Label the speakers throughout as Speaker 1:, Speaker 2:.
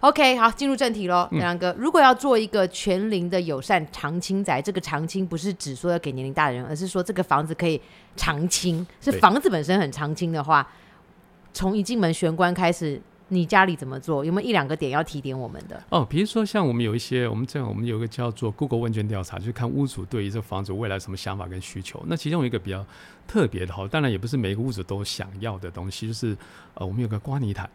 Speaker 1: OK，好，进入正题
Speaker 2: 嗯
Speaker 1: 喽，梁哥。如果要做一个全龄的友善长青宅，这个长青不是只说要给年龄大的人，而是说这个房子可以长青，是
Speaker 2: 对
Speaker 1: 房子本身很长青的话，从一进门玄关开始，你家里怎么做？有没有一两个点要提点我们的？
Speaker 2: 哦，比如说像我们有一些，我们这样，我们有一个叫做 Google 问卷调查，就是看屋主对于这房子未来有什么想法跟需求。那其中有一个比较特别的哈，当然也不是每个屋主都想要的东西，就是呃，我们有个刮泥毯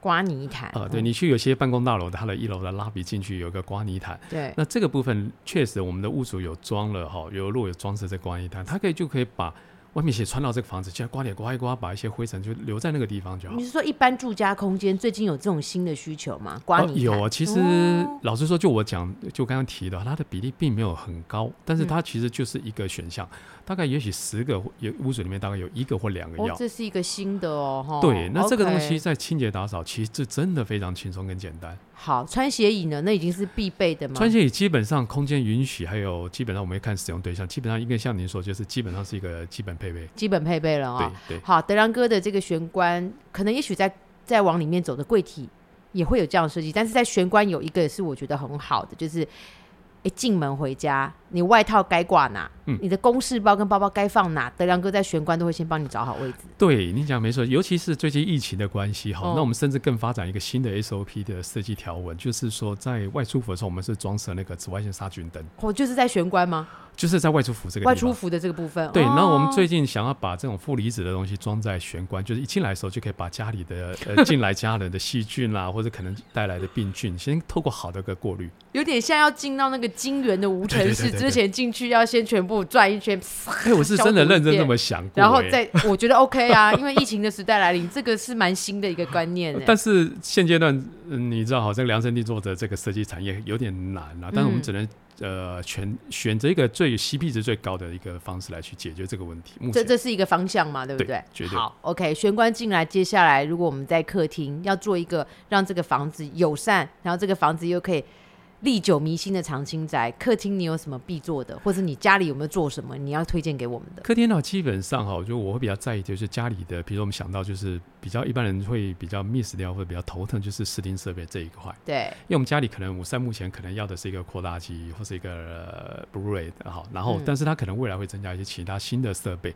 Speaker 1: 刮泥毯
Speaker 2: 啊、呃对你去有些办公大楼，它的一楼的拉比进去有个刮泥毯。
Speaker 1: 对，
Speaker 2: 那这个部分确实我们的屋主有装了哈，有如果有装饰这刮泥毯，它可以就可以把外面写穿到这个房子，现在刮点刮一刮，把一些灰尘就留在那个地方就好。
Speaker 1: 你是说一般住家空间最近有这种新的需求吗？刮
Speaker 2: 哦
Speaker 1: 泥毯、
Speaker 2: 有啊，其实、
Speaker 1: 哦
Speaker 2: 老实说，就我讲，就刚刚提的，它的比例并没有很高，但
Speaker 1: 嗯
Speaker 2: 是它其实就是一个选项，大概也许十个有污水里面大概有一个或两个
Speaker 1: 哦，
Speaker 2: 要。
Speaker 1: 这是一个新的哦，哈
Speaker 2: 对，那这个东
Speaker 1: OK
Speaker 2: 西在清洁打扫，其实这真的非常轻松跟简单。
Speaker 1: 好，穿鞋椅呢，那已经是必备的嘛。
Speaker 2: 穿鞋椅基本上空间允许，还有基本上我们会看使用对象，基本上应该像您说，就是基本上是一个基本配备。
Speaker 1: 基本配备了
Speaker 2: 对
Speaker 1: 啊、
Speaker 2: 对，
Speaker 1: 好，德良哥的这个玄关，可能也许在再往里面走的柜体也会有这样的设计，但是在玄关有一个是我觉得很好的，就是。哎，进门回家，你外套该挂哪？
Speaker 2: 嗯
Speaker 1: 你的公事包跟包包该放哪？德良哥在玄关都会先帮你找好位置。
Speaker 2: 对你讲没错，尤其是最近疫情的关系哈，
Speaker 1: 哦
Speaker 2: 那我们甚至更发展一个新的 SOP 的设计条文，就是说在外出服的时候，我们是装设那个紫外线杀菌灯，
Speaker 1: 我、哦就是在玄关吗？
Speaker 2: 就是在外出服这个地
Speaker 1: 外
Speaker 2: 方。
Speaker 1: 出服的这个部分。
Speaker 2: 对，
Speaker 1: 哦
Speaker 2: 那我们最近想要把这种负离子的东西装在玄关，就是一进来的时候就可以把家里的呃进来家人的细菌啦、或者可能带来的病菌，先透过好的一个 过滤。
Speaker 1: 有点像要进到那个金源的无尘室
Speaker 2: 对对对对对
Speaker 1: 之前进去，要先全部转一圈，
Speaker 2: 哎，我是真的认真这么想过、
Speaker 1: 然后
Speaker 2: 哎
Speaker 1: 再， 我觉得 OK 啊，因为疫情的时代来临，这个是蛮新的一个观念欸
Speaker 2: 但是现阶段，嗯，你知道，好像量身定做的这个设计产业有点难啊。但是我
Speaker 1: 嗯
Speaker 2: 们只能、呃选选择一个最 CP 值最高的一个方式来去解决这个问题。目
Speaker 1: 这
Speaker 2: 前
Speaker 1: 这是一个方向嘛，对不对？
Speaker 2: 对绝对
Speaker 1: 好，OK，玄关进来，接下来如果我们在客厅要做一个让这个房子友善，然后这个房子又可以历久弥新的长青宅，客厅你有什么必做的，或者你家里有没有做什么你要推荐给我们的？
Speaker 2: 客厅呢，基本上哈，就我会比较在意，就是家里的，比如说我们想到就是比较一般人会比较 miss 掉，或者比较头疼，就是视听设备这一块。
Speaker 1: 对，
Speaker 2: 因为我们家里可能我在目前可能要的是一个扩大机或是一个、呃、Blu-ray 的好，然后、
Speaker 1: 嗯
Speaker 2: 但是它可能未来会增加一些其他新的设备，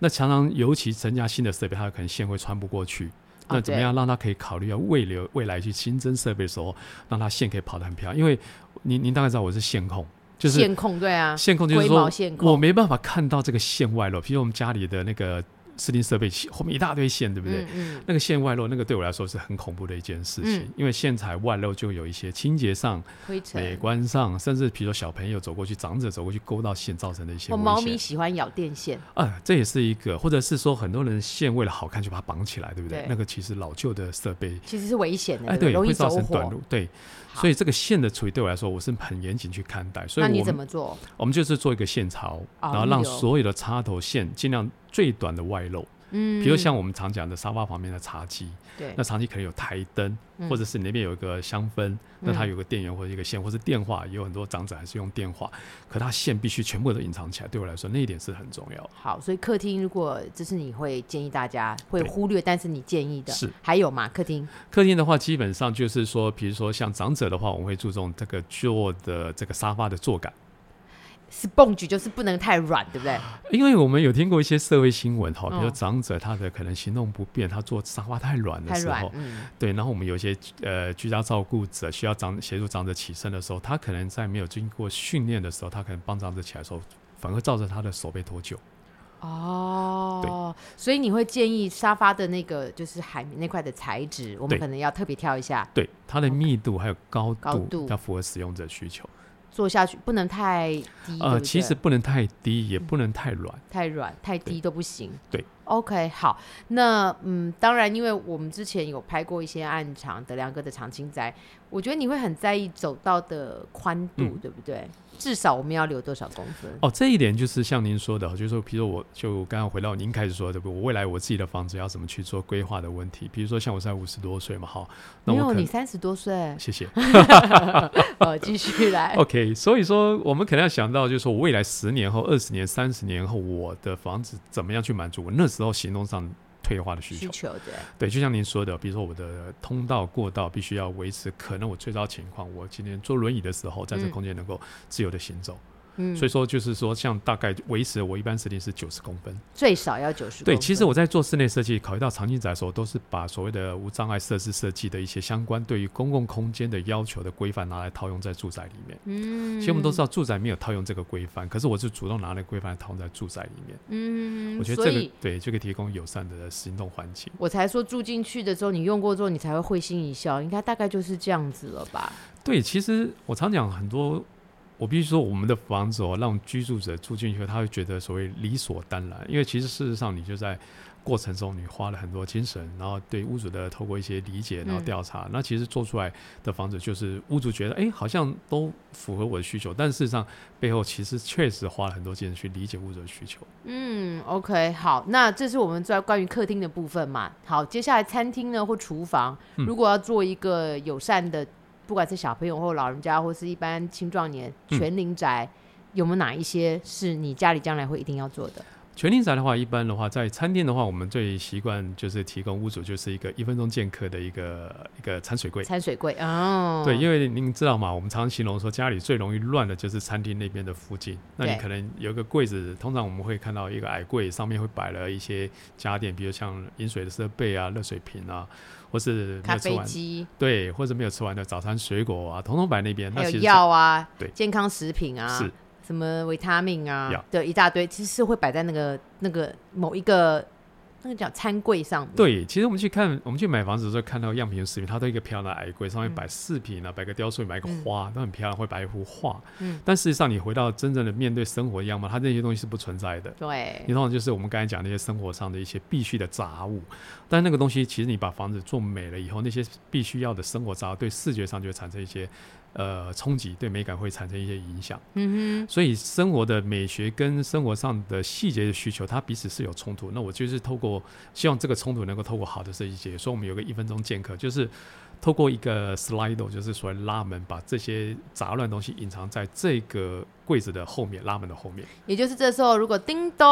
Speaker 2: 那常常尤其增加新的设备，它可能线会穿不过去。
Speaker 1: 啊
Speaker 2: 那怎么
Speaker 1: 对
Speaker 2: 样让它可以考虑要未留未来去新增设备的时候，让它线可以跑得很漂亮？因为您您大概知道我是线控，就是
Speaker 1: 线控，对啊，
Speaker 2: 线控就
Speaker 1: 龟
Speaker 2: 是
Speaker 1: 毛
Speaker 2: 说
Speaker 1: 线，控
Speaker 2: 我没办法看到这个线外露，比如我们家里的那个视听设备器后面一大堆线，对不对？
Speaker 1: 嗯嗯，
Speaker 2: 那个线外露，那个对我来说是很恐怖的一件事情，
Speaker 1: 嗯
Speaker 2: 因为线材外露就有一些清洁上、
Speaker 1: 灰
Speaker 2: 美
Speaker 1: 尘。
Speaker 2: 观上，甚至比如说小朋友走过去、长者走过去勾到线造成的一些
Speaker 1: 我
Speaker 2: 危
Speaker 1: 猫咪
Speaker 2: 险
Speaker 1: 喜欢咬电线，
Speaker 2: 啊，这也是一个，或者是说很多人线为了好看就把它绑起来，对不对？
Speaker 1: 对
Speaker 2: 那个其实老旧的设备，
Speaker 1: 其实是危险的，
Speaker 2: 哎，
Speaker 1: 对不
Speaker 2: 对，
Speaker 1: 对容易
Speaker 2: 会
Speaker 1: 走
Speaker 2: 造成短
Speaker 1: 火。
Speaker 2: 路，对。
Speaker 1: 好
Speaker 2: 所以这个线的处理对我来说，我是很严谨去看待。所以
Speaker 1: 那
Speaker 2: 我
Speaker 1: 你
Speaker 2: 们
Speaker 1: 怎么做？
Speaker 2: 我们就是做一个线槽，
Speaker 1: 哦
Speaker 2: 然后让
Speaker 1: 有
Speaker 2: 所有的插头线尽量最短的外露。
Speaker 1: 嗯，
Speaker 2: 比如像我们常讲的沙发旁边的茶几，
Speaker 1: 对
Speaker 2: 那长期可能有台灯，
Speaker 1: 嗯
Speaker 2: 或者是你那边有一个香氛，那它有个电源或者一个线，或是电话，也有很多长者还是用电话，可它线必须全部都隐藏起来。对我来说，那一点是很重要。
Speaker 1: 好，所以客厅如果这是你会建议大家会
Speaker 2: 对
Speaker 1: 忽略，但是你建议的
Speaker 2: 是
Speaker 1: 还有嘛？客厅
Speaker 2: 客厅的话，基本上就是说，比如说像长者的话，我们会注重这个坐的这个沙发的坐感，
Speaker 1: 是蹦局，就是不能太软，对不对？
Speaker 2: 因为我们有听过一些社会新闻哈，比如说
Speaker 1: 嗯
Speaker 2: 长者他的可能行动不便，他坐沙发太软的
Speaker 1: 太
Speaker 2: 时
Speaker 1: 软
Speaker 2: 候，，
Speaker 1: 嗯，
Speaker 2: 对，然后我们有一些呃居家照顾者需要长协助长者起身的时候，他可能在没有经过训练的时候，他可能帮长者起来的时候，反而造成他的手被脱臼。
Speaker 1: 哦，所以你会建议沙发的那个就是海绵那块的材质，我们
Speaker 2: 对
Speaker 1: 可能要特别挑一下，
Speaker 2: 对，它的密度还有高度
Speaker 1: 高度
Speaker 2: 要符合使用者需求。
Speaker 1: 坐下去不能太低，对不
Speaker 2: 呃，
Speaker 1: 对
Speaker 2: 其实不能太低，也不能太软。
Speaker 1: 太软太低
Speaker 2: 对
Speaker 1: 都不行。
Speaker 2: 对
Speaker 1: ，OK，好，那嗯，当然，因为我们之前有拍过一些暗场德良哥的长青宅，我觉得你会很在意走道的宽度，
Speaker 2: 嗯
Speaker 1: 对不对？至少我们要留多少公分？
Speaker 2: 哦，这一点就是像您说的，就是说，比如说，我就刚刚回到您开始说的，我未来我自己的房子要怎么去做规划的问题。比如说，像我现在五十多岁嘛，哈，那
Speaker 1: 没
Speaker 2: 我
Speaker 1: 有，
Speaker 2: 可
Speaker 1: 你
Speaker 2: 能，
Speaker 1: 三十多岁
Speaker 2: 谢谢。
Speaker 1: 呃，继续来。
Speaker 2: OK，所以说我们可能要想到，就是说我未来十年后、二十年、三十年后，我的房子怎么样去满足我那时候行动上退化的需
Speaker 1: 需
Speaker 2: 求。
Speaker 1: 求对，
Speaker 2: 对，就像您说的，比如说我的通道过道必须要维持，可能我最糟情况，我今天坐轮椅的时候，在这
Speaker 1: 嗯
Speaker 2: 空间能够自由的行走。
Speaker 1: 嗯，
Speaker 2: 所
Speaker 1: 以
Speaker 2: 以说，就是说，像大概维持我一般设定是九十公分。
Speaker 1: 最少要九十。
Speaker 2: 对，其实我在做室内设计，考虑到场景宅的时候，都是把所谓的无障碍设施设计的一些相关对于公共空间的要求的规范拿来套用在住宅里面。
Speaker 1: 嗯，
Speaker 2: 其实我们都知道，住宅没有套用这个规范，可是我是主动拿那个规范套用在住宅里面。
Speaker 1: 嗯，
Speaker 2: 我觉得
Speaker 1: 所
Speaker 2: 这个
Speaker 1: 以
Speaker 2: 对就可以提供友善的行动环境。
Speaker 1: 我才说住进去的时候，你用过之后，你才会会心一笑，应该大概就是这样子了吧？
Speaker 2: 对，其实我常讲很多，我必须说我们的房子哦，让居住者住进去，他会觉得所谓理所当然，因为其实事实上你就在过程中你花了很多精神，然后对屋主的透过一些理解，然后
Speaker 1: 嗯
Speaker 2: 调查，那其实做出来的房子就是屋主觉得哎好像都符合我的需求，但事实上背后其实确实花了很多精神去理解屋主的需求。
Speaker 1: 嗯，OK，好，那这是我们在关于客厅的部分嘛。好，接下来餐厅呢或厨房，
Speaker 2: 嗯
Speaker 1: 如果要做一个友善的，不管是小朋友或老人家，或是一般青壮年
Speaker 2: 嗯
Speaker 1: 全龄宅，有没有哪一些是你家里将来会一定要做的？
Speaker 2: 全龄宅的话，一般的话，在餐厅的话，我们最习惯就是提供屋主就是一个一分钟见客的一个一个餐水柜。
Speaker 1: 餐水柜哦，
Speaker 2: 对，因为您知道嘛，我们常形容说家里最容易乱的就是餐厅那边的附近。那你
Speaker 1: 对
Speaker 2: 可能有一个柜子，通常我们会看到一个矮柜，上面会摆了一些家电，比如像饮水的设备啊、热水瓶啊，或是没
Speaker 1: 咖
Speaker 2: 有吃
Speaker 1: 啡
Speaker 2: 完
Speaker 1: 机，
Speaker 2: 对，或者没有吃完的早餐水果啊，统统摆那边。那
Speaker 1: 还
Speaker 2: 其
Speaker 1: 有
Speaker 2: 实
Speaker 1: 药啊，
Speaker 2: 对
Speaker 1: 健康食品啊，
Speaker 2: 是
Speaker 1: 什么维他命啊
Speaker 2: 呀，
Speaker 1: 对，一大堆，其实是会摆在那个那个某一个那个叫餐柜上面。
Speaker 2: 对，其实我们去看，我们去买房子的时候看到样品视频，它都一个漂亮的矮柜，上面摆饰品啊，摆个雕塑，摆个
Speaker 1: 嗯
Speaker 2: 花，都很漂亮，会摆一幅画。
Speaker 1: 嗯
Speaker 2: 但事实上，你回到真正的面对生活的样貌，它这些东西是不存在的。
Speaker 1: 对
Speaker 2: 你通常就是我们刚才讲那些生活上的一些必须的杂物，但那个东西其实你把房子做美了以后，那些必须要的生活杂物对视觉上就会产生一些呃冲击，对美感会产生一些影响。
Speaker 1: 嗯
Speaker 2: 所以生活的美学跟生活上的细节的需求，它彼此是有冲突。那我就是透过希望这个冲突能够透过好的设计解决。所以我们有个一分钟见客，就是透过一个 slide，就是所谓拉门，把这些杂乱东西隐藏在这个柜子的后面，拉门的后面。
Speaker 1: 哼，也就是这时候，如果叮咚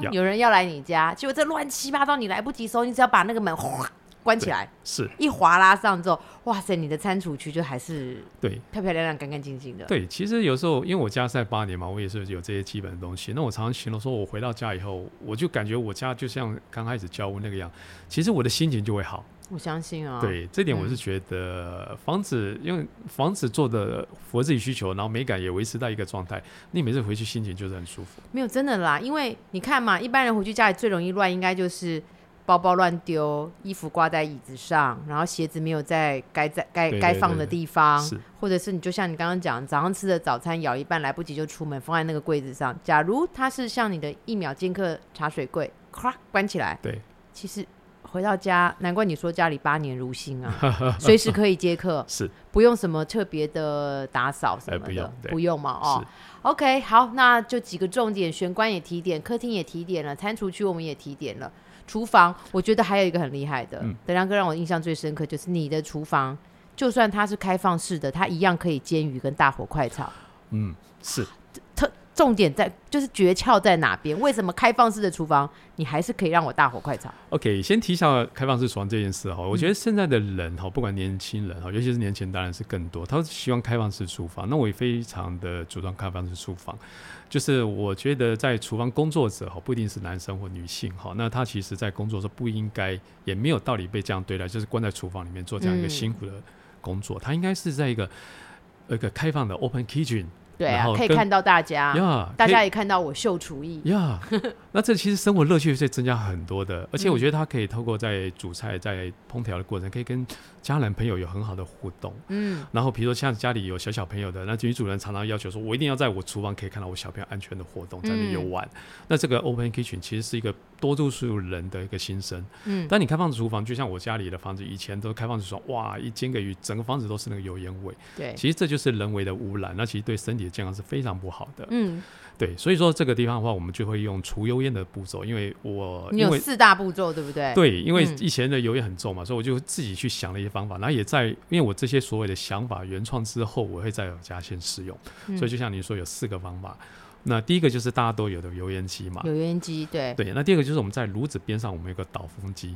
Speaker 2: Yeah
Speaker 1: 有人要来你家，结果这乱七八糟你来不及收，你只要把那个门哗关起来，
Speaker 2: 是
Speaker 1: 一滑拉上之后，哇塞，你的餐厨区就还是
Speaker 2: 对，
Speaker 1: 漂漂亮亮、干干净净的。
Speaker 2: 对，其实有时候因为我家是在八年嘛，我也是有这些基本的东西。那我常常形容说，我回到家以后，我就感觉我家就像刚开始交屋那个样，其实我的心情就会好。
Speaker 1: 我相信啊，，
Speaker 2: 对，这点我
Speaker 1: 嗯
Speaker 2: 是觉得房子，因为房子做的符合自己需求，然后美感也维持在一个状态，你每次回去心情就是很舒服。
Speaker 1: 没有真的啦，因为你看嘛，一般人回去家里最容易乱，应该就是包包乱丢，衣服挂在椅子上，然后鞋子没有在该在该
Speaker 2: 对对
Speaker 1: 该放的地方，
Speaker 2: 是
Speaker 1: 或者是你就像你刚刚讲，早上吃的早餐咬一半来不及就出门，放在那个柜子上。假如它是像你的一秒间客茶水柜，咵关起来，
Speaker 2: 对，
Speaker 1: 其实。回到家，难怪你说家里八年如新 啊，随时可以接客，
Speaker 2: 是
Speaker 1: 不用什么特别的打扫什
Speaker 2: 哎
Speaker 1: 么
Speaker 2: 不
Speaker 1: 的
Speaker 2: 用，对
Speaker 1: 不用嘛哦。
Speaker 2: 是，
Speaker 1: OK，好，那就几个重点，玄关也提点，客厅也提点了，餐厨区我们也提点了，厨房我觉得还有一个很厉害的，
Speaker 2: 嗯
Speaker 1: 德亮哥让我印象最深刻就是你的厨房，就算它是开放式的，它一样可以煎鱼跟大火快炒。
Speaker 2: 嗯，是。
Speaker 1: 重点在就是诀窍在哪边？为什么开放式的厨房你还是可以让我大火快炒？
Speaker 2: OK，先提一下开放式厨房这件事哈，
Speaker 1: 嗯
Speaker 2: 我觉得现在的人哈，不管年轻人哈，尤其是年轻人，当然是更多，他是希望开放式厨房。那我也非常的主张开放式厨房，就是我觉得在厨房工作者哈，不一定是男生或女性哈，那他其实在工作的时候不应该，也没有道理被这样对待，就是关在厨房里面做这样一个
Speaker 1: 嗯
Speaker 2: 辛苦的工作，他应该是在一个一个开放的 open kitchen
Speaker 1: 对啊
Speaker 2: 然后，
Speaker 1: 可以
Speaker 2: 跟
Speaker 1: 看到大家，
Speaker 2: 呀，
Speaker 1: 啊大
Speaker 2: 可以
Speaker 1: 家也看到我秀厨艺。
Speaker 2: 呀那这其实生活乐趣是增加很多的，而且
Speaker 1: 嗯
Speaker 2: 我觉得它可以透过在煮菜、在烹调的过程，可以跟家人朋友有很好的互动。
Speaker 1: 嗯，
Speaker 2: 然后比如说像家里有小小朋友的，那女主人常常要求说，我一定要在我厨房可以看到我小朋友安全的活动，在那边游
Speaker 1: 嗯
Speaker 2: 玩。那这个 open kitchen 其实是一个多数人的一个心声。
Speaker 1: 嗯
Speaker 2: 当你开放式厨房，就像我家里的房子，以前都开放式厨房，哇，一煎个鱼，整个房子都是那个油烟味。
Speaker 1: 对，嗯
Speaker 2: 其实这就是人为的污染，那其实对身体的健康是非常不好的。
Speaker 1: 嗯，
Speaker 2: 对，所以说这个地方的话，我们就会用除油烟的步骤，因为我
Speaker 1: 你
Speaker 2: 因
Speaker 1: 有
Speaker 2: 为
Speaker 1: 四大步骤，对不对？，
Speaker 2: 对，因为
Speaker 1: 嗯
Speaker 2: 以前的油烟很重嘛，所以我就自己去想了一些方法，然后也在因为我这些所谓的想法原创之后，我会在我家先试用，
Speaker 1: 嗯
Speaker 2: 所以就像您说有四个方法。那第一个就是大家都有的油烟机嘛，
Speaker 1: 有烟机，对，
Speaker 2: 对。那第二个就是我们在炉子边上，我们有个导风机，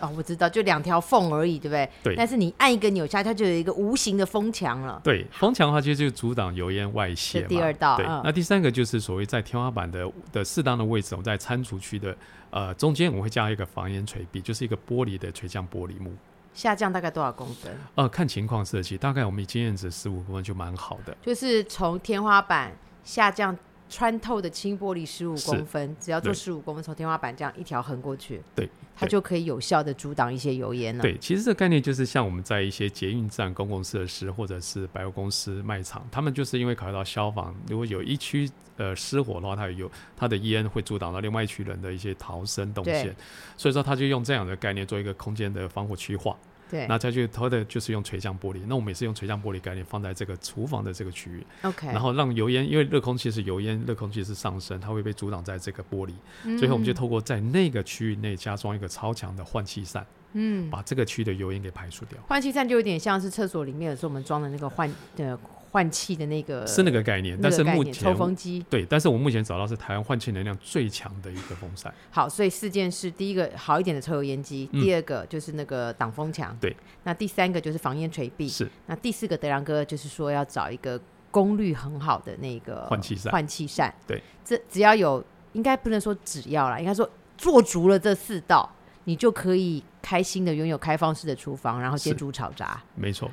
Speaker 1: 哦，我知道，就两条缝而已，对不对？
Speaker 2: 对
Speaker 1: 但是你按一个钮下，它就有一个无形的风墙了。
Speaker 2: 对。风墙的话，其实就是阻挡油烟外泄
Speaker 1: 这
Speaker 2: 嘛。
Speaker 1: 第二道
Speaker 2: 对
Speaker 1: 嗯。
Speaker 2: 那第三个就是所谓在天花板的的适当的位置，我们在餐厨区的呃中间，我会加一个防烟垂壁，就是一个玻璃的垂降玻璃幕。
Speaker 1: 下降大概多少公分？
Speaker 2: 呃，看情况设计，大概我们以经验值十五公分就蛮好的。
Speaker 1: 就是从天花板下降穿透的轻玻璃十五
Speaker 2: 是
Speaker 1: 公分，只要做
Speaker 2: 对
Speaker 1: 十五公分，从天花板这样一条横过去，
Speaker 2: 对，
Speaker 1: 它
Speaker 2: 对
Speaker 1: 就可以有效的阻挡一些油烟了。，
Speaker 2: 对，其实这个概念就是像我们在一些捷运站、公共设施或者是百货公司卖场，他们就是因为考虑到消防，如果有一区呃失火的话，它有它的烟会阻挡到另外一区人的一些逃生动
Speaker 1: 对
Speaker 2: 线，所以说他就用这样的概念做一个空间的防火区划。
Speaker 1: 对
Speaker 2: 那再就它的就是用垂降玻璃，那我们也是用垂降玻璃概念放在这个厨房的这个区域，
Speaker 1: ，OK。
Speaker 2: 然后让油烟，因为热空气是油烟，热空气是上升，它会被阻挡在这个玻璃。
Speaker 1: 嗯
Speaker 2: 最后我们就透过在那个区域内加装一个超强的换气扇，
Speaker 1: 嗯，
Speaker 2: 把这个区域的油烟给排除掉，
Speaker 1: 换气扇就有点像是厕所里面有时候我们装的那个换呃换气的那个
Speaker 2: 是那个概念。
Speaker 1: 呃那
Speaker 2: 但
Speaker 1: 个
Speaker 2: 是
Speaker 1: 概
Speaker 2: 目
Speaker 1: 念抽
Speaker 2: 前
Speaker 1: 风机。
Speaker 2: 对，但是我目前找到是台湾换气能量最强的一个风扇。
Speaker 1: 好，所以四件事：第一个好一点的抽油烟机，
Speaker 2: 嗯
Speaker 1: 第二个就是那个挡风墙，
Speaker 2: 对。
Speaker 1: 那第三个就是防烟垂壁，
Speaker 2: 是
Speaker 1: 那第四个德良哥就是说要找一个功率很好的那个
Speaker 2: 换气扇
Speaker 1: 换气扇。
Speaker 2: 对，
Speaker 1: 这只要有，应该不能说只要啦，应该说做足了这四道，你就可以开心的拥有开放式的厨房，然后
Speaker 2: 是
Speaker 1: 煎煮炒炸。
Speaker 2: 没错，